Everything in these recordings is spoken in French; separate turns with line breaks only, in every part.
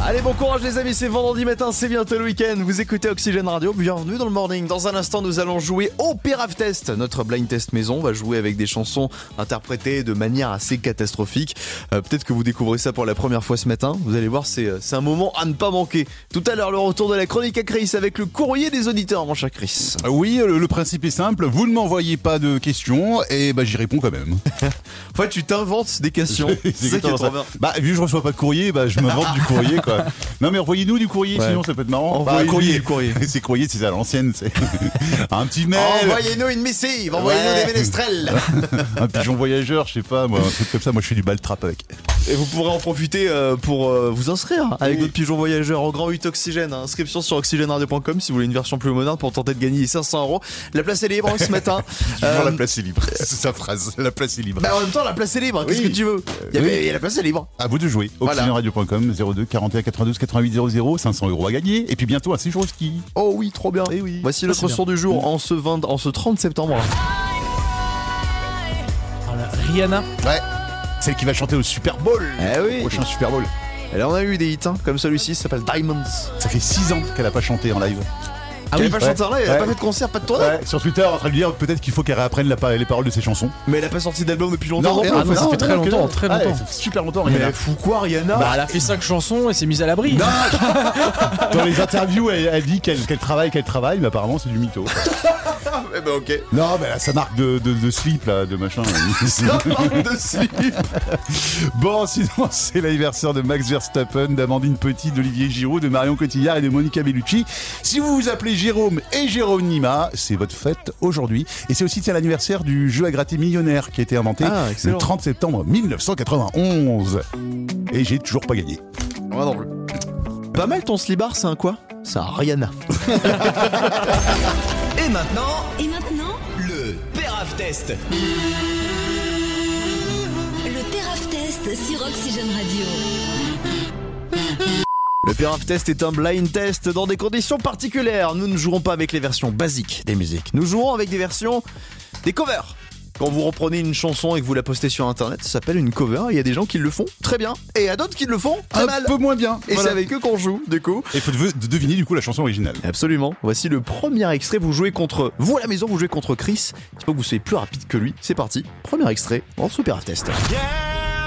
Allez, bon courage les amis, c'est vendredi matin, c'est bientôt le week-end. Vous écoutez Oxygène Radio, bienvenue dans le morning. Dans un instant, nous allons jouer au Pirate Test. Notre blind test maison on va jouer avec des chansons interprétées de manière assez catastrophique. Euh, Peut-être que vous découvrez ça pour la première fois ce matin. Vous allez voir, c'est euh, c'est un moment à ne pas manquer. Tout à l'heure, le retour de la chronique à Chris avec le courrier des auditeurs, mon cher Chris.
Euh, Oui, le, le principe est simple, vous ne m'envoyez pas de questions et bah j'y réponds quand même.
En fait, tu t'inventes des questions. C'est ça qui est trop bien.
Bah vu que je reçois pas de courrier, bah je m'invente du courrier quoi. Non mais envoyez-nous du courrier,
Ouais.
sinon ça peut être marrant. Bah,
Envoyez-nous
courrier,
du courrier.
c'est courrier, c'est à l'ancienne, c'est un petit mail.
Envoyez-nous une missive, envoyez-nous
Ouais.
des ménestrels.
un pigeon voyageur, je sais pas, moi, un truc comme ça, moi je fais du baltrap avec.
Et vous pourrez en profiter euh, pour euh, vous inscrire avec
Oui.
votre pigeon voyageur en grand 8 oxygène. hein. Inscription sur oxygèneradio.com si vous voulez une version plus moderne pour tenter de gagner les 500 euros. La place est libre hein, ce matin.
Toujours
Euh,
la place est libre, c'est sa phrase, la place est libre.
bah, en même temps, la place est libre. Qu'est-ce
Oui.
que tu veux Il y
Euh,
avait- La place est libre.
À vous de jouer.
Voilà.
Oxygenradio.com 02 41 92 88 00 500 euros à gagner et puis bientôt un séjour au ski.
Oh oui, trop bien.
Eh oui.
Voici notre son du jour
Mm.
en ce, 20 en ce 30 septembre.
Voilà, Rihanna,
Ouais. Celle qui va chanter au Super Bowl.
Eh oui.
Prochain Super Bowl.
Et là, on a eu des hits hein, comme celui-ci, ça s'appelle Diamonds.
Ça fait 6 ans qu'elle a pas chanté en live.
elle n'a pas
ouais.
chanté en live, elle n'a
Ouais.
pas fait de concert, pas de tournée.
Ouais, sur Twitter, en train de lui dire peut-être qu'il faut qu'elle réapprenne la pa- les paroles de ses chansons.
Mais elle n'a pas sorti d'album depuis longtemps. Ah non plus.
non, ça fait très
que
longtemps,
dalle.
très
Ouais,
longtemps.
ça fait super longtemps,
Mais
Rihanna.
elle fout quoi, Rihanna
bah, elle a fait 5 chansons et s'est mise à l'abri.
Dans les interviews, elle, elle dit qu'elle qu'elle travaille, qu'elle travaille, mais apparemment c'est du mytho.
Eh ben, ok.
non, mais elle a sa marque de, de, de slip, là, de machin.
De slip.
Bon, sinon, c'est l'anniversaire de Max Verstappen, d'Amandine Petit, d'Olivier Giraud, de Marion Cotillard et de Monica Bellucci. Si vous vous appelez Jérôme et Jérôme Nima, c'est votre fête aujourd'hui. Et c'est aussi tiens, l'anniversaire du jeu à gratter millionnaire qui a été inventé
Ah,
le
excellent.
30 septembre 1991. Et j'ai toujours pas gagné.
Moi non plus. Pas mal ton slibard, c'est un quoi C'est un Rihanna.
Et maintenant,
Et maintenant,
le Pérave Test.
le Teraf Test sur Oxygène Radio.
Le Piraf Test est un blind test dans des conditions particulières. Nous ne jouerons pas avec les versions basiques des musiques. Nous jouerons avec des versions des covers. Quand vous reprenez une chanson et que vous la postez sur internet, ça s'appelle une cover. Il y a des gens qui le font très bien et il y a d'autres qui le font très
Un
mal.
peu moins bien.
Et
Voilà.
c'est avec eux qu'on joue, du coup.
Et faut de- de deviner du coup la chanson originale.
Absolument. Voici le premier extrait. Vous jouez contre vous à la maison, vous jouez contre Chris. J'espère que vous soyez plus rapide que lui. C'est parti. Premier extrait en Super Test.
Yeah,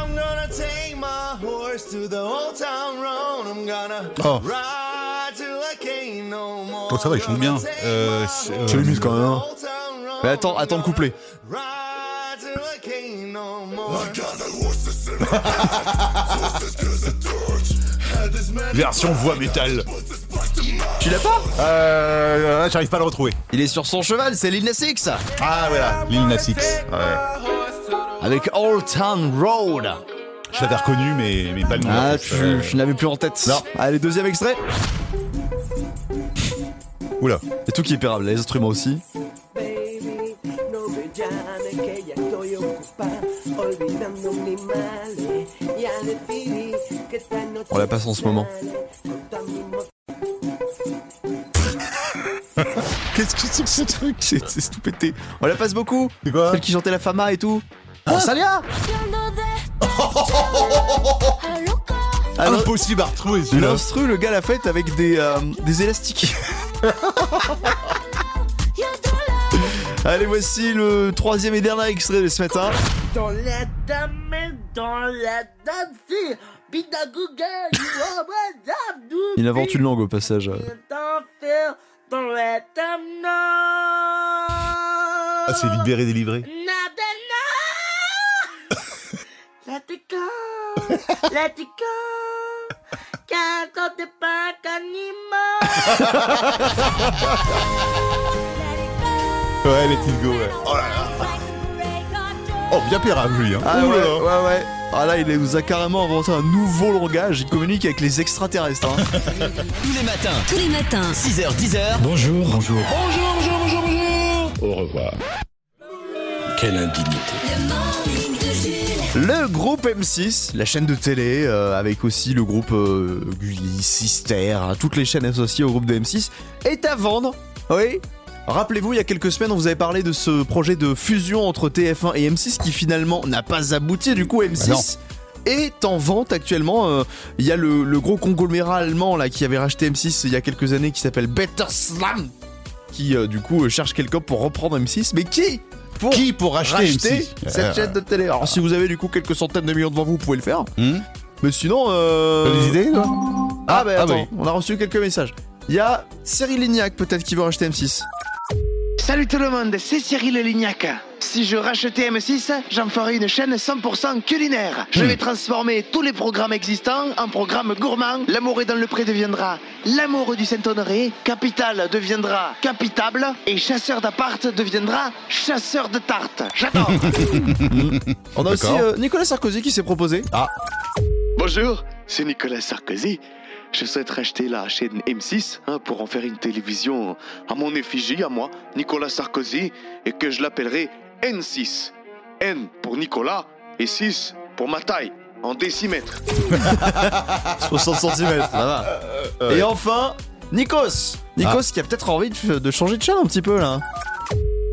I'm gonna take my horse to the old town road. I'm gonna
Oh.
ride till I can't no more.
Oh,
Bon, ça va, ils font bien. Euh, c'est- euh,
Tu l'imites quand même, hein. Mais attends, attends le couplet. Oh
Version voix métal.
Tu l'as pas
Euh, là, j'arrive pas à le retrouver.
Il est sur son cheval, c'est Lil Nas X
Ah voilà, Lil Nas X. Ouais.
Avec Old Town Road.
Je l'avais reconnu, mais, mais pas le nom.
Ah,
d'artiste.
tu,
Euh,
tu n'avais plus en tête. Ah,
Non.
Allez, deuxième extrait.
Oula.
Et tout qui est pérable, les instruments aussi.
Baby, no me llame que ya estoy ocupada olvidando mi mal. Ya decidí que esta noche.
On la passe en ce moment. Qu'est-ce que c'est que ce truc C'est c'est tout pété. On la passe beaucoup.
C'est quoi
Celle qui chantait la fama et tout. Oh, Salia Ah, non,
Impossible à retrouver celui-là.
L'instru, le gars l'a faite avec des, euh, des élastiques. Allez, voici le troisième et dernier extrait de ce matin.
Dans la dame, dans la dame, si. Bidaguga, you are my dame, do
Il invente une langue au passage.
d'enfer dans la dame, non.
Ah, c'est libéré, délivré.
Nadana Let it go Let it go Can't hold it back anymore
Ouais, let it go, ouais. Oh là là. Oh, bien pérable, lui. Hein.
Ah
Ouh
ouais,
là
ouais,
là.
ouais. Ah là, il nous a carrément inventé un nouveau langage. Il communique avec les extraterrestres. hein.
Tous les matins,
Tous les matins,
6h, 10h.
le morning de Jules.
Le groupe M6, la chaîne de télé, euh, avec aussi le groupe euh, Gulli, Sister, hein, toutes les chaînes associées au groupe de M6, est à vendre. Oui Rappelez-vous, il y a quelques semaines, on vous avait parlé de ce projet de fusion entre TF1 et M6 qui finalement n'a pas abouti. Du coup,
Bah
M6 est en vente actuellement. Euh, Il y a le, le gros conglomérat allemand là qui avait racheté M6 il y a quelques années qui s'appelle Better Slam, qui euh, du coup euh, cherche quelqu'un pour reprendre M6. Mais qui pour
Qui pour acheter
racheter
M6?
cette
Euh,
chaîne de télé Alors, si vous avez du coup quelques centaines de millions devant vous, vous pouvez le faire.
hmm
Mais sinon, euh,
T'as des idées, toi
ah, bah
Ah,
attends,
oui.
on a reçu quelques messages. Il y a Cyril Lignac peut-être qui veut racheter M6.
Salut tout le monde, c'est Cyril Lignac. Si je rachetais M6, j'en ferais une chaîne 100% culinaire. Je vais transformer tous les programmes existants en programmes gourmands. L'amour est dans le pré deviendra l'amour du Saint-Honoré. Capital deviendra capitable. Et chasseur d'appart deviendra chasseur de tartes. J'attends.
On a aussi
D'accord.
euh, Nicolas Sarkozy qui s'est proposé.
Bonjour, c'est Nicolas Sarkozy. Je souhaite racheter la chaîne M6 hein, pour en faire une télévision à mon effigie, à moi, Nicolas Sarkozy, et que je l'appellerai N6. N pour Nicolas et 6 pour ma taille, en décimètres.
60 cm, ça va. Euh, Et enfin, Nikos. Nikos
Ah.
qui a peut-être envie de, de changer de chaîne un petit peu
Euh.
là.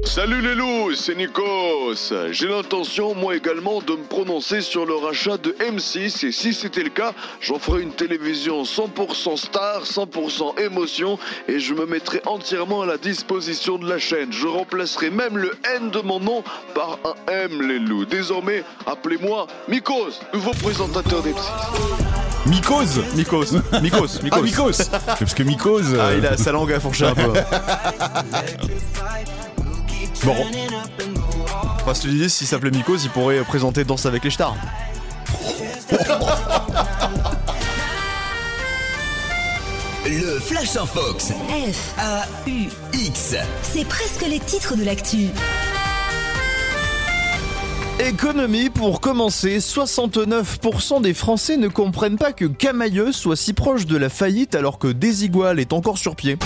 Salut les loups, c'est Nikos. J'ai l'intention, moi également, de me prononcer sur le rachat de M6 et si c'était le cas, j'en ferai une télévision 100% star, 100% émotion et je me mettrai entièrement à la disposition de la chaîne. Je remplacerai même le N de mon nom par un M les loups. Désormais, appelez-moi Nikos, nouveau présentateur des
Mycose
Nikos, Nikos,
Ah, mycose Parce que mycose.
Ah, il
euh,
a sa langue à fourcher un peu.
Bon,
Enfin, si tu disais, s'il s'appelait Nikos, il pourrait présenter Danse avec les stars.
Le Flash en Fox.
F,
F-A-U-X.
c'est presque les titres de l'actu.
Économie pour commencer, 69% des Français ne comprennent pas que Camailleux soit si proche de la faillite alors que Desigual est encore sur pied.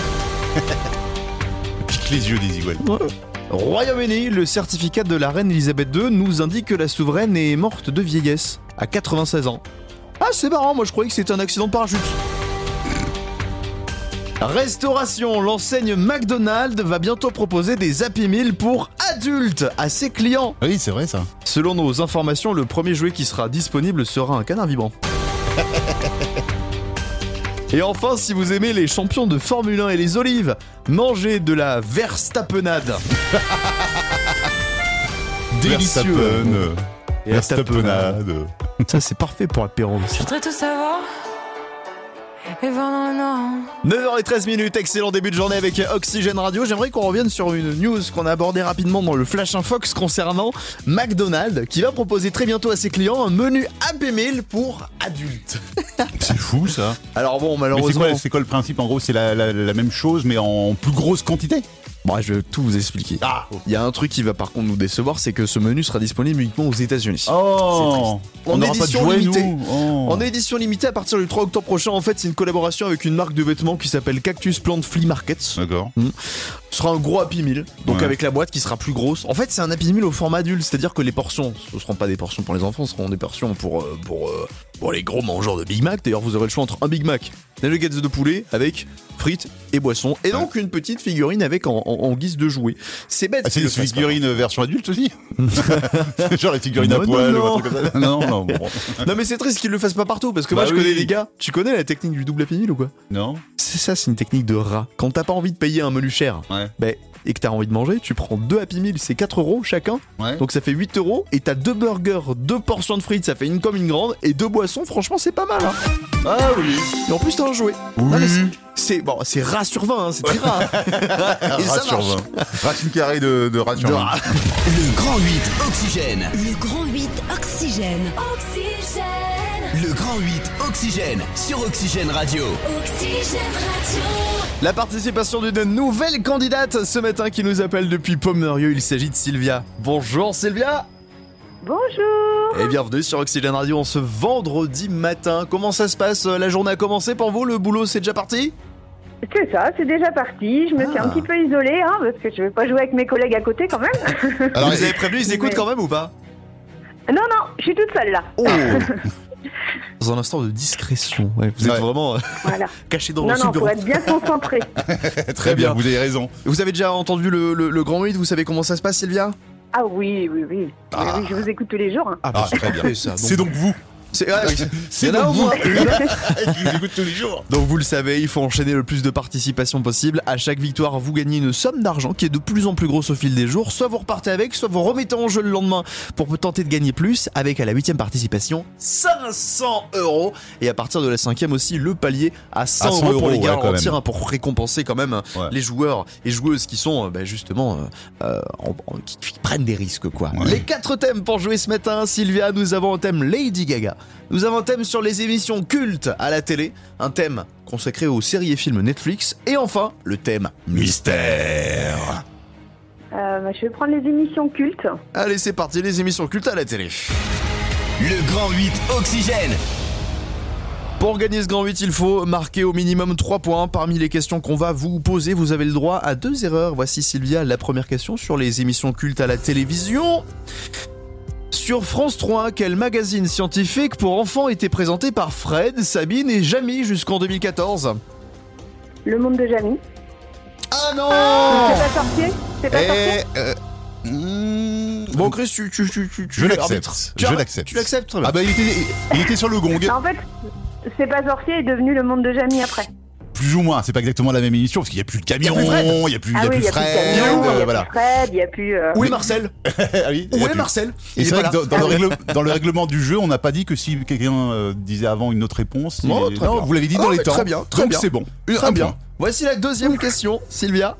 pique les yeux des iguanes.
Royaume-Uni, le certificat de la reine Elisabeth II nous indique que la souveraine est morte de vieillesse, à 96 ans. Ah, c'est marrant, moi je croyais que c'était un accident de parachute. Restauration, l'enseigne McDonald's va bientôt proposer des Happy Meal pour adultes à ses clients.
Ah Oui, c'est vrai ça.
Selon nos informations, le premier jouet qui sera disponible sera un canard vibrant. Et enfin, si vous aimez les champions de Formule 1 et les olives, mangez de la Verstappenade. Délicieux.
Verstappen, euh,
Et la tapenade.
Verstappenade.
Ça, c'est parfait pour apéro. ça.
voudrais tout savoir et voir dans le noir.
9h13 minutes, excellent début de journée avec Oxygène Radio. J'aimerais qu'on revienne sur une news qu'on a abordée rapidement dans le Flash Infox concernant McDonald's qui va proposer très bientôt à ses clients un menu Happy Meal pour adultes.
C'est fou ça.
Alors bon,
Mais c'est
malheureusement,
quoi, c'est quoi le principe En gros, c'est la, la- la même chose, mais en plus grosse quantité.
Bon, je vais tout vous expliquer.
Ah
Il y a un truc qui va par contre nous décevoir, c'est que ce menu sera disponible uniquement aux États-Unis.
Oh
En
n'aura pas de
Ah, édition
jouets,
limitée.
nous. Oh.
En édition limitée à partir du 3 octobre prochain, en fait, c'est une collaboration avec une marque de vêtements qui s'appelle Cactus Plant Flea Market. Ce
D'accord.
sera un gros Happy Meal, donc
Ouais.
avec la boîte qui sera plus grosse. En fait, c'est un Happy Meal au format adulte, c'est-à-dire que les portions, ce seront pas des portions pour les enfants, ce seront des portions pour, euh, pour, euh, pour les gros mangeurs de Big Mac. D'ailleurs, vous aurez le choix entre un Big Mac, des nuggets de poulet avec frites et boissons, et donc une petite figurine avec en, en- en guise de jouet. C'est bête.
Ah, c'est
qu'ils
des
le fassent pas.
figurines version adulte aussi Genre les figurines
Non,
à
non,
poil ou
non.
un truc comme ça Non, non, bon.
Non mais c'est triste qu'ils le fassent pas partout parce que
Bah
moi je
oui.
connais les gars. Tu connais la technique du double happy meal ou quoi
Non
C'est ça, c'est une technique de rat. Quand t'as pas envie de payer un menu cher,
Ouais.
bah, et que t'as envie de manger, tu prends deux happy meal, c'est 4 euros chacun,
Ouais.
donc ça fait 8 euros. Et t'as deux burgers, deux portions de frites, ça fait une comme une grande, et deux boissons. Franchement, c'est pas mal. Hein.
Ah oui
Et en plus t'as un jouet. Non, mais c'est- c'est bon, c'est rat sur 20, hein, c'est très rare. hein. Et ça
Rat Ah, sur
marche.
20. Racine carrée de, de rat sur
De
20.
rat.
Le Grand 8 Oxygène.
Le grand 8 Oxygène. Oxygène.
Le Grand 8 Oxygène sur Oxygène Radio.
Oxygène Radio.
La participation d'une nouvelle candidate ce matin qui nous appelle depuis Pomerieux, il s'agit de Sylvia. Bonjour Sylvia Bonjour Et bienvenue sur Oxygène Radio en ce vendredi matin. Comment ça se passe euh, La journée a commencé pour vous Le boulot c'est déjà parti
C'est ça, c'est déjà parti. Je me suis
Ah.
un petit peu isolée, hein, parce que je ne vais pas jouer avec mes collègues à côté quand même.
Alors vous avez prévenu, ils écoutent
Oui.
quand même ou pas
Non, non, je suis toute seule là.
Oh dans un instant de discrétion. Ouais, vous êtes
Ouais.
vraiment euh,
Voilà.
caché dans
Non,
le
non,
sous-bureau.
pour être bien concentré.
Très bien, vous avez raison.
Vous avez déjà entendu le, le- le grand 8, vous savez comment ça se passe, Sylvia
Ah oui, oui, oui.
Ah.
Oui, oui, je vous écoute tous les jours. hein.
Ah,
bah,
très bien. ça,
C'est donc vous.
C'est ah oui.
C'est
Il y en a
donc
au moins.
vous. Je vous écoute tous les jours.
Donc vous le savez, il faut enchaîner le plus de participation possible. À chaque victoire, vous gagnez une somme d'argent qui est de plus en plus grosse au fil des jours. Soit vous repartez avec, soit vous remettez en jeu le lendemain pour tenter de gagner plus. Avec à la huitième participation 500 euros et à partir de la cinquième aussi le palier à 100,
À 100
euros pour les
euros, ouais, quand
garantir
même.
hein, pour récompenser quand même
Ouais.
les joueurs et joueuses qui sont euh, bah, justement euh, euh, en- en- qui, qui prennent des risques quoi.
Ouais.
Les quatre thèmes pour jouer ce matin, Sylvia, nous avons un thème Lady Gaga. Nous avons un thème sur les émissions cultes à la télé, un thème consacré aux séries et films Netflix, et enfin le thème
Mystère.
Euh, bah, je vais prendre les émissions cultes.
Allez, c'est parti, les émissions cultes à la télé.
Le Grand 8 Oxygène.
Pour gagner ce grand 8, il faut marquer au minimum 3 points parmi les questions qu'on va vous poser. Vous avez le droit à deux erreurs. Voici Sylvia, la première question sur les émissions cultes à la télévision. Sur France 3, quel magazine scientifique pour enfants était présenté par Fred, Sabine et Jamie jusqu'en 2014
Le monde de Jamie.
Ah non
Oh.
C'est pas sorti C'est pas sorti
Et. euh, hmm,
Bon Chris, tu, tu, tu, tu, tu
Je
arbitres.
l'accepte.
Tu
Je
ar-
l'accepte.
Tu l'acceptes très bien.
Ah bah il était, il était sur le gong.
En fait, c'est pas sorcier est devenu le monde de Jamie après.
Plus ou moins. C'est pas exactement la même émission parce qu'il y a plus de camion, il y a plus, il
ah
y a
oui,
plus
il y a plus
Fred.
Camille,
euh,
il y a
voilà.
plus Fred, il y a plus. euh,
Où est Marcel
Ah oui, il y
Où
a
est
plus.
Marcel
Et
Il
c'est
est
vrai
pas
que
là. Ah,
dans, dans le règle- dans le règlement du jeu, on n'a pas dit que si quelqu'un euh, disait avant une autre réponse, il-
Oh, très
non,
bien.
vous l'avez dit
Oh,
dans
mais
les temps.
très bien, très
Donc
bien.
c'est bon. Un
Très bien.
point.
Voici la deuxième question, Sylvia.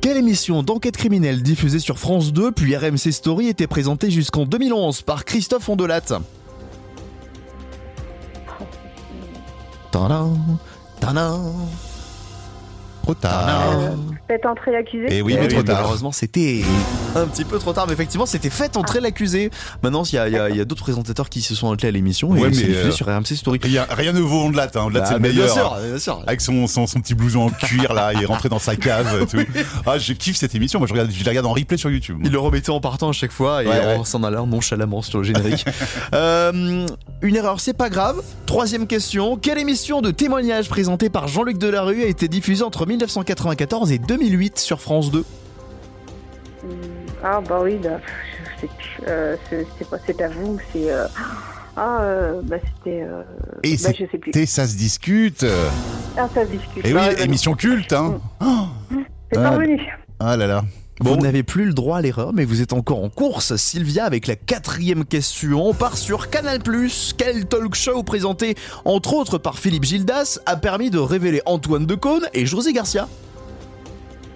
Quelle émission d'enquête criminelle diffusée sur France 2 puis RMC Story était présentée jusqu'en 2011 par Christophe Ondelatte Tadam, tadam,
Trop tard.
tadam.
Faites entrer l'accusé.
Et oui,
Eh
mais trop tard.
Malheureusement, c'était un petit peu trop tard, mais effectivement, c'était fait entrer l'accusé. Maintenant, il y a, il y a- il y a d'autres présentateurs qui se sont attelés à l'émission et
Ouais,
c'est
mais,
diffusé
euh,
sur RMC Story.
Il y a- rien ne vaut Ondelat, hein. Ondelat,
Bah,
c'est le
mais
meilleur.
Bien sûr, bien sûr.
Avec son, son, son petit blouson en cuir là, il est rentré dans sa cave. et Tout. Ah, je kiffe cette émission. Moi, je, regarde, je la regarde en replay sur YouTube.
Il le remettait en partant à chaque fois et
Ouais, ouais.
en s'en allant nonchalamment sur le générique. Euh, une erreur, c'est pas grave. Troisième question. Quelle émission de témoignage présentée par Jean-Luc Delarue a été diffusée entre 1994 et 2008 sur France 2
Hum, Ah bah oui, bah, pff, je sais plus, euh, c'est c'est pas- c'est à vous, c'est. euh, Ah, euh, bah c'était. euh,
Et
bah, je sais plus.
c'était ça se discute.
Ah, ça se discute.
Et oui,
Ah, ouais, bah,
émission culte. Hein.
non, C'est
Ah,
parvenu.
Ah là là.
Vous n'avez plus le droit à l'erreur, mais vous êtes encore en course. Sylvia, avec la quatrième question, on part sur Canal+. Quel talk show présenté, entre autres par Philippe Gildas, a permis de révéler Antoine Decaune et José Garcia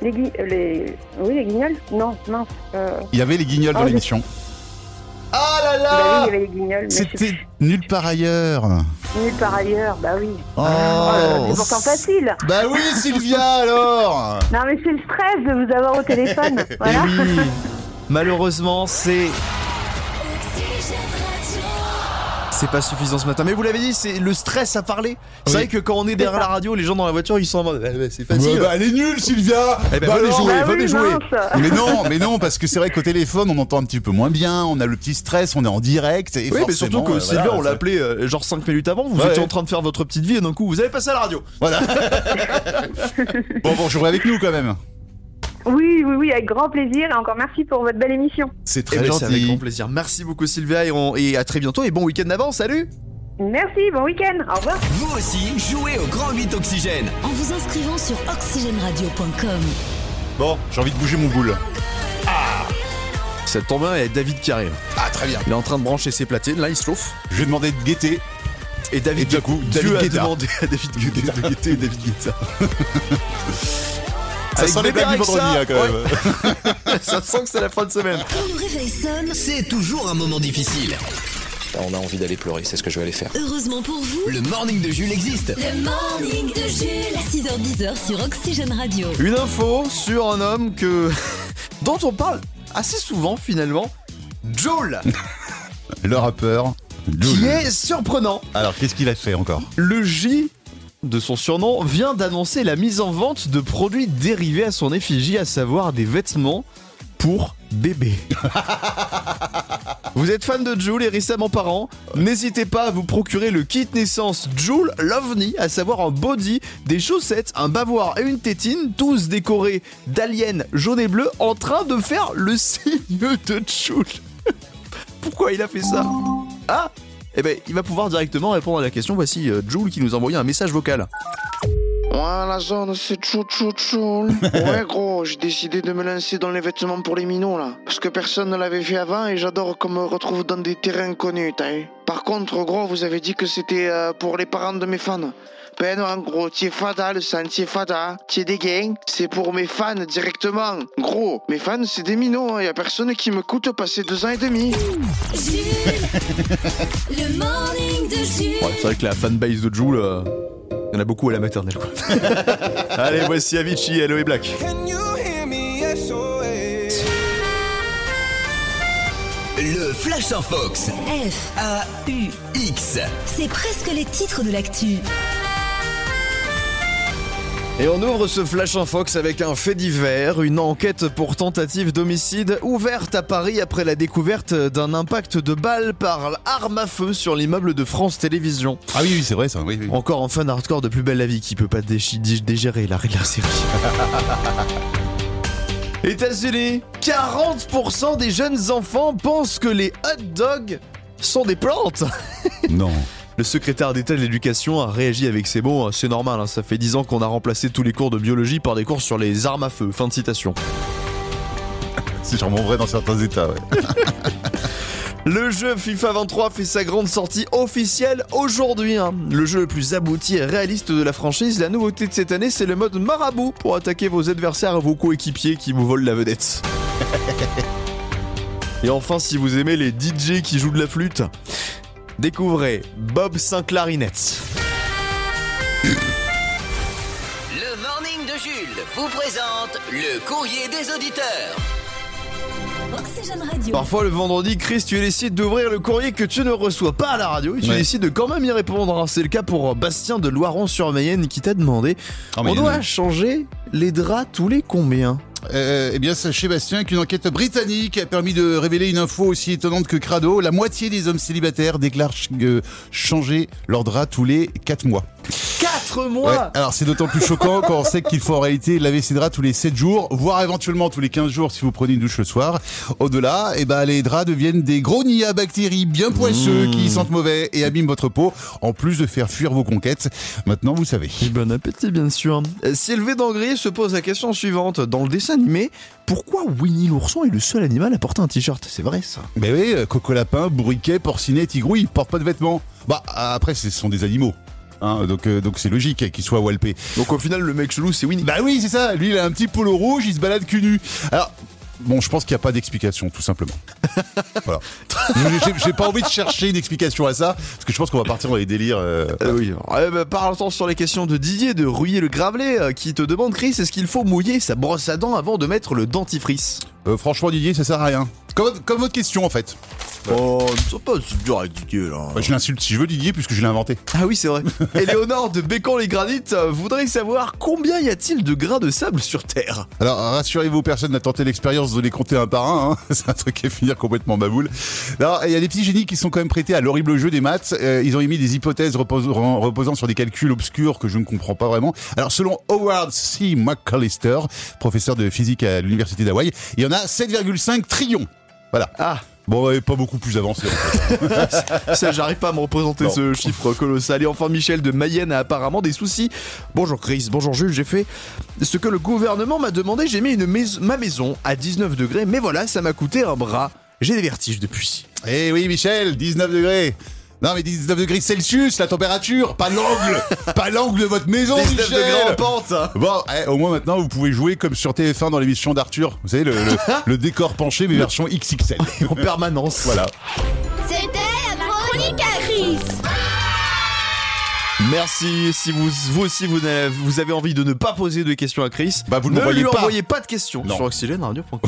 Les, gui- euh, les... Oui, les guignols Non, mince. euh,
Il y avait les guignols dans
Ah,
l'émission.
Ah là là
Bah oui, il y avait les guignols, mais je sais
C'était nulle part ailleurs.
plus. Nulle part ailleurs, bah oui.
Oh.
là là, c'est pourtant facile.
Bah oui, Sylvia alors.
Non, mais c'est le stress de vous avoir au téléphone. voilà.
Eh oui Malheureusement, c'est C'est pas suffisant ce matin, mais vous l'avez dit, c'est le stress à parler. C'est
Oui.
vrai que quand on est derrière la radio, les gens dans la voiture, ils sont en mode, Eh ben, c'est facile.
Ouais, bah, elle est nulle, Sylvia.
Eh ben,
Bah
venez
alors.
jouer,
Bah
venez
oui,
jouer.
mince.
Mais non, mais non, parce que c'est vrai qu'au téléphone, on entend un petit peu moins bien, on a le petit stress, on est en direct. Et
Oui, mais
forcément,
surtout que
euh,
Sylvia,
voilà,
on l'a
c'est-
appelé euh, genre 5 minutes avant, vous
Ouais.
étiez en train de faire votre petite vie et d'un coup, vous avez passé à la radio.
Bon, bon, jouer avec nous quand même.
Oui, oui, oui, avec grand plaisir. Et encore merci pour votre belle émission.
C'est
Eh
très
ben, c'est avec grand
gentil.
plaisir. Merci beaucoup Sylvia et, on- et à très bientôt et bon week-end d'avance, salut
Merci, bon week-end. Au revoir.
Vous aussi, jouez au Grand 8 Oxygène.
En vous inscrivant sur oxygèneradio.com.
Bon, j'ai envie de bouger mon boule.
Ça tombe bien, il y a David qui arrive.
Ah, très bien.
Il est en train de brancher ses platines, là il se chauffe.
Je vais demander de guetter.
Et David,
Et du coup,
Dieu
David
a
Guetta.
demandé à David Guetta de guetter David Guetta.
Ça sent les blagues du vendredi, hein, quand même.
ça sent que c'est la fin de semaine.
Quand le réveil sonne,
C'est toujours un moment difficile.
Ah, On a envie d'aller pleurer, c'est ce que je vais aller faire.
heureusement pour vous,
Le morning de Jules existe.
le morning de Jules. 6h10 sur Oxygène Radio.
Une info sur un homme que dont on parle assez souvent finalement, Joel,
Le rappeur.
qui
Jul.
est surprenant.
Alors, qu'est-ce qu'il a fait encore
Le J de son surnom vient d'annoncer la mise en vente de produits dérivés à son effigie, à savoir des vêtements pour bébés. Vous êtes fan de Joule et récemment parent N'hésitez pas à vous procurer le kit naissance Joule l'OVNI, à savoir un body, des chaussettes, un bavoir et une tétine, tous décorés d'aliens jaunes et bleus en train de faire le signe de Joule. Pourquoi il a fait ça Ah Eh ben, il va pouvoir directement répondre à la question. Voici euh, Joule qui nous a envoyé un message vocal.
Ouais, la zone, c'est tchou tchou tchou. Ouais, gros, j'ai décidé de me lancer dans les vêtements pour les minots, là. Parce que personne ne l'avait fait avant et j'adore qu'on me retrouve dans des terrains connus, t'as vu. Par contre, gros, vous avez dit que c'était euh, pour les parents de mes fans. Ben non, gros, t'es fada, le sang, t'es fada, t'es des gangs, hein. c'est pour mes fans directement. Gros, mes fans, c'est des minots, hein. y a personne qui me coûte passer deux ans et demi.
Le morning de Jules.
Ouais, c'est vrai que la fanbase de Joule, euh, il y en a beaucoup à la maternelle. Quoi. Allez, voici Avicii, Hello et Black.
Le Flash en Fox.
F. A. U.
X.
C'est presque les titres de l'actu.
Et on ouvre ce flash en fox avec un fait divers, une enquête pour tentative d'homicide ouverte à Paris après la découverte d'un impact de balle par arme à feu sur l'immeuble de France Télévisions.
Ah oui, oui, c'est vrai, ça. Oui, oui.
Encore un fan hardcore de plus belle la vie qui peut pas déchi- dé- dégérer la, la série. États-Unis, 40% des jeunes enfants pensent que les hot dogs sont des plantes.
Non.
Le secrétaire d'État de l'éducation a réagi avec ces mots, c'est normal, hein, ça fait 10 ans qu'on a remplacé tous les cours de biologie par des cours sur les armes à feu. Fin de citation.
C'est sûrement vrai dans certains états, ouais.
Le jeu FIFA 23 fait sa grande sortie officielle aujourd'hui. hein. Le jeu le plus abouti et réaliste de la franchise, la nouveauté de cette année, c'est le mode marabout pour attaquer vos adversaires et vos coéquipiers qui vous volent la vedette. Et enfin, si vous aimez les DJ qui jouent de la flûte, découvrez Bob Sinclarinet.
Le Morning de Jules vous présente le courrier des auditeurs.
Oxygène Radio.
Parfois le vendredi, Chris, tu décides d'ouvrir le courrier que tu ne reçois pas à la radio et tu
Ouais.
décides de quand même y répondre. hein. C'est le cas pour Bastien de Loiron-sur-Mayenne qui t'a demandé
Ah, mais
On
il y en
doit
a.
changer les draps tous les combien
Euh, eh bien, sachez, Bastien, qu'une enquête britannique a permis de révéler une info aussi étonnante que Crado. La moitié des hommes célibataires déclarent ch- euh, changer leur drap tous les 4 mois.
4
Ouais,
mois
alors c'est d'autant plus choquant quand on sait qu'il faut en réalité laver ses draps tous les 7 jours, voire éventuellement tous les 15 jours si vous prenez une douche le soir. Au-delà, eh ben, les draps deviennent des gros nids à bactéries bien poisseux qui sentent mauvais et abîment votre peau, en plus de faire fuir vos conquêtes. Maintenant, vous savez.
Et bon appétit, ben, bien sûr. Euh, Sylvain Dangrier se pose la question suivante. Dans le dessin animé, pourquoi Winnie l'ourson est le seul animal à porter un t-shirt C'est vrai ça.
Mais oui, euh, coco lapin, bourriquet, porcinet, tigrou, ils portent pas de vêtements. Bah après, ce sont des animaux. Hein, donc euh, donc c'est logique qu'ils soient walpés.
Donc au final, le mec chelou, c'est Winnie.
Bah oui, c'est ça. Lui, il a un petit polo rouge, il se balade cul nu. Alors. Bon, je pense qu'il n'y a pas d'explication, tout simplement. Voilà. J'ai- j'ai- J'ai pas envie de chercher une explication à ça, parce que je pense qu'on va partir dans les délires. euh,
Euh, oui. Ouais, bah, parlons sur les questions de Didier de Rouiller le Gravelet euh, qui te demande Chris, est-ce qu'il faut mouiller sa brosse à dents avant de mettre le dentifrice
euh, franchement, Didier, ça sert à rien. Comme, comme votre question, en fait.
Oh, c'est pas si dur avec Didier là.
Bah, je l'insulte si je veux, Didier, puisque je l'ai inventé.
Ah oui, c'est vrai. Éléonore de Bécon les Granites euh, voudrait savoir combien y a-t-il de grains de sable sur Terre
Alors rassurez-vous, personne n'a tenté l'expérience de les compter un par un. hein. C'est un truc qui va finir complètement maboule. Non, Il y a des petits génies qui sont quand même prêtés à l'horrible jeu des maths. Euh, ils ont émis des hypothèses repos- ren- reposant sur des calculs obscurs que je ne comprends pas vraiment. Alors selon Howard C. McAllister, professeur de physique à l'université d'Hawaï, il y en a 7,5 trillions. Voilà.
Ah,
Bon, et pas beaucoup plus avancé. en fait.
ça j'arrive pas à me représenter
Non.
ce chiffre colossal. Et enfin, Michel de Mayenne a apparemment des soucis. Bonjour Chris, bonjour Jules, j'ai fait ce que le gouvernement m'a demandé. J'ai mis une mais- ma maison à 19 degrés, mais voilà, ça m'a coûté un bras. J'ai des vertiges depuis.
Eh oui, Michel, 19 degrés. Non mais 19 degrés Celsius, la température, pas l'angle, pas l'angle de votre maison,
19
Michel.
degrés en pente hein.
Bon, eh, au moins maintenant, vous pouvez jouer comme sur TF1 dans l'émission d'Arthur. Vous savez, le, le- le décor penché, mais version XXL.
en permanence.
Voilà.
C'était la chronique à Chris.
Merci. Si vous, vous aussi vous n'avez- vous avez envie de ne pas poser de questions à Chris,
Bah, vous ne
ne
l'envoyez
lui
pas.
envoyez pas de questions
Non.
sur oxygèneradio.com.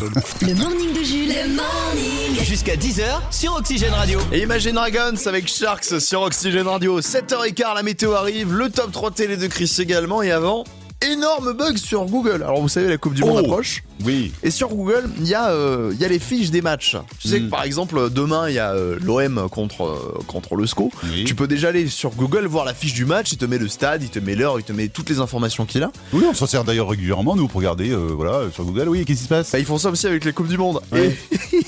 Le morning de Jules. Le morning.
Jusqu'à 10h sur Oxygène Radio.
Et Imagine Dragons avec Sharks sur Oxygène Radio. 7h15, la météo arrive, le top 3 télé de Chris également. Et avant, énorme bug sur Google. Alors vous savez, la Coupe du Monde
Oh.
approche.
Oui.
Et sur Google, il y, a, euh, il y a les fiches des matchs. Tu sais
Mm.
que par exemple, demain, il y a euh, l'OM contre, euh, contre le SCO. Tu peux déjà aller sur Google voir la fiche du match. Il te met le stade, il te met l'heure, il te met toutes les informations qu'il a.
Oui, on s'en sert d'ailleurs régulièrement, nous, pour regarder euh, voilà, sur Google. Oui, qu'est-ce qui se passe
Bah, Ils font ça aussi avec les Coupes du Monde. Et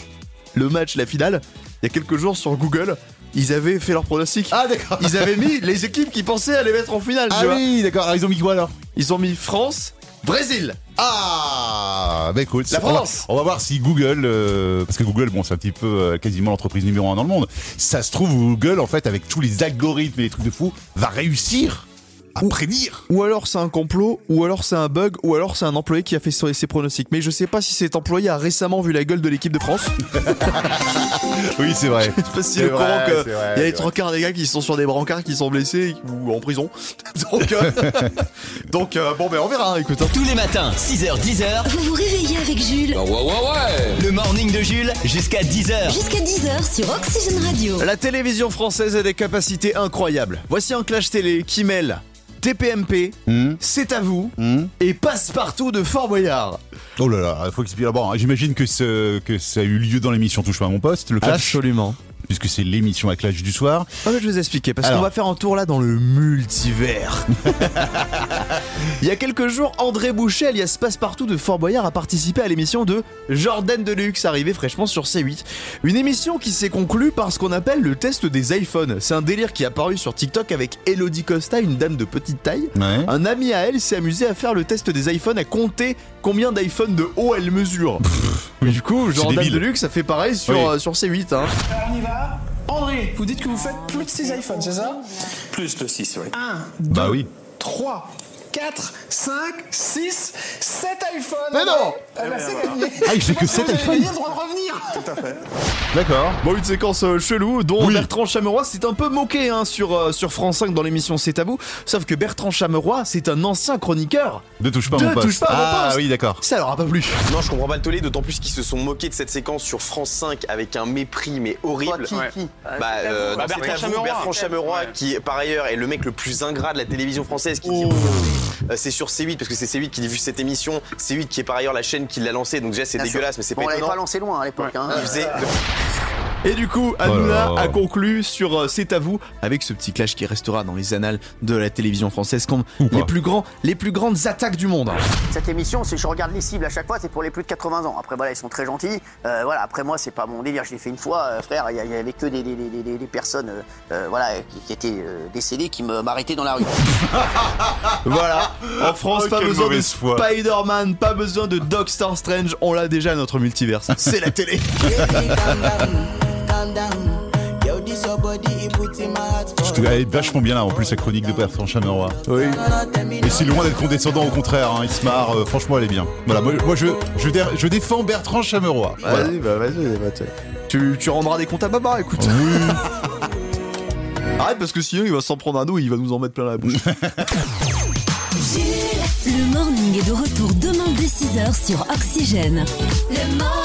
le match, la finale, il y a quelques jours sur Google, ils avaient fait leur pronostic.
Ah, d'accord.
Ils avaient mis les équipes qui pensaient à les mettre en finale.
Ah
tu vois.
oui, d'accord. Ah, Ils ont mis quoi alors
Ils ont mis France, Brésil.
Ah, bah écoute,
La
on va-
France.
On va, voir si Google, euh, parce que Google, bon, c'est un petit peu euh, quasiment l'entreprise numéro un dans le monde. Ça se trouve, Google, en fait, avec tous les algorithmes et les trucs de fou, va réussir à prédire.
Ou alors c'est un complot, ou alors c'est un bug, ou alors c'est un employé qui a fait ses ses pronostics. Mais je sais pas si cet employé a récemment vu la gueule de l'équipe de France.
Oui, c'est vrai.
Je sais pas si
C'est
au courant
vrai,
que il
c'est vrai,
y a
c'est
des trencards des gars qui sont sur des brancards, qui sont blessés ou en prison. donc, euh, donc euh, bon, ben on verra, écoute. hein.
Tous les matins, 6h-10h,
Vous vous réveillez avec Jules.
le morning de Jules jusqu'à 10h.
Jusqu'à 10h sur Oxygène Radio.
La télévision française a des capacités incroyables. Voici un clash télé qui mêle TPMP, C'est à vous et Passe-Partout de Fort Boyard.
Oh là là, faut expliquer d'abord. hein. J'imagine que, ce- que ça a eu lieu dans l'émission Touche pas à mon poste, le clash.
Absolument.
Puisque c'est l'émission à clash du soir.
Ah, mais je vais vous expliquer parce
Alors.
qu'on va faire un tour là dans le multivers. Il y a quelques jours, André Boucher, alias Passepartout de Fort Boyard, a participé à l'émission de Jordan Deluxe, arrivée fraîchement sur C8. Une émission qui s'est conclue par ce qu'on appelle le test des iPhones. C'est un délire qui est apparu sur TikTok avec Elodie Costa, une dame de petite taille.
Ouais.
Un ami à elle s'est amusé à faire le test des iPhones, à compter combien d'iPhones de haut elle mesure. du coup,
c'est
Jordan
débile.
Deluxe, ça fait pareil sur,
Oui.
euh, sur C8. hein.
Alors on y va. André, vous dites que vous faites plus de 6 iPhones, c'est ça
Plus de 6, oui.
1,
Bah oui.
3, 4, 5, 6, 7 iPhones
Mais non
Ah bah, c'est gagné
Ah, il fait que
Parce
sept
vous avez
iPhones
gagné le droit de revenir
Tout à fait.
D'accord.
Bon, une séquence euh, chelou dont
Oui.
Bertrand Chameroy s'est un peu moqué hein, sur, euh, sur France 5 dans l'émission C'est tabou. Sauf que Bertrand Chameroy, c'est un ancien chroniqueur.
Ne touche pas à
de
mon poste.
Touche pas à mon
ah
poste.
oui, d'accord.
Ça leur a pas plu.
Non, je comprends pas le tollé, d'autant plus qu'ils se sont moqués de cette séquence sur France 5 avec un mépris mais horrible.
Oh, Qui, qui Ouais.
Bah, euh,
Bah,
c'est
Bertrand
à vous,
Chameroy.
Bertrand Chameroy,
Ouais.
qui par ailleurs est le mec le plus ingrat de la télévision française. Qui dit, Euh, c'est sur C8 parce que c'est C8 qui diffuse cette émission. C8 qui est par ailleurs la chaîne qui l'a lancée, donc déjà c'est
Bien sûr.
dégueulasse, mais c'est
Ah, Bon,
pas
on l'avait
étonnant.
pas lancé loin à l'époque. hein.
Il faisait-
Et du coup,
Oh là
Hanouna
là.
a conclu sur euh, C'est à vous avec ce petit clash qui restera dans les annales de la télévision française comme les plus, grands, les plus grandes attaques du monde.
Cette émission, si je regarde les cibles à chaque fois, c'est pour les plus de 80 ans. Après, voilà, ils sont très gentils. Euh, voilà, après, moi, c'est pas mon délire. Je l'ai fait une fois, euh, frère. Il y, a- il y avait que des, des- des- des- des personnes euh, euh, voilà, qui, qui étaient euh, décédées qui me- m'arrêtaient dans la rue.
Voilà. En France,
Oh,
pas
quelle
besoin de
mauvaise foi.
Spider-Man, pas besoin de Doctor Strange. On l'a déjà notre multivers. C'est la télé.
Je trouve qu'elle est vachement bien là, en plus, la chronique de Bertrand Chameroy. Oui. Et c'est loin d'être condescendant, au contraire, hein, il se marre, euh, franchement, elle est bien. Voilà, moi, moi, je, je, dé- je défends Bertrand Chameroy. Voilà.
Vas-y, bah vas-y, bah, t'es- tu, tu rendras des comptes à Baba, écoute. Arrête parce que sinon il va s'en prendre à nous, il va nous en mettre plein la bouche.
Le morning est de retour demain dès 6h sur Oxygène.
Le morning.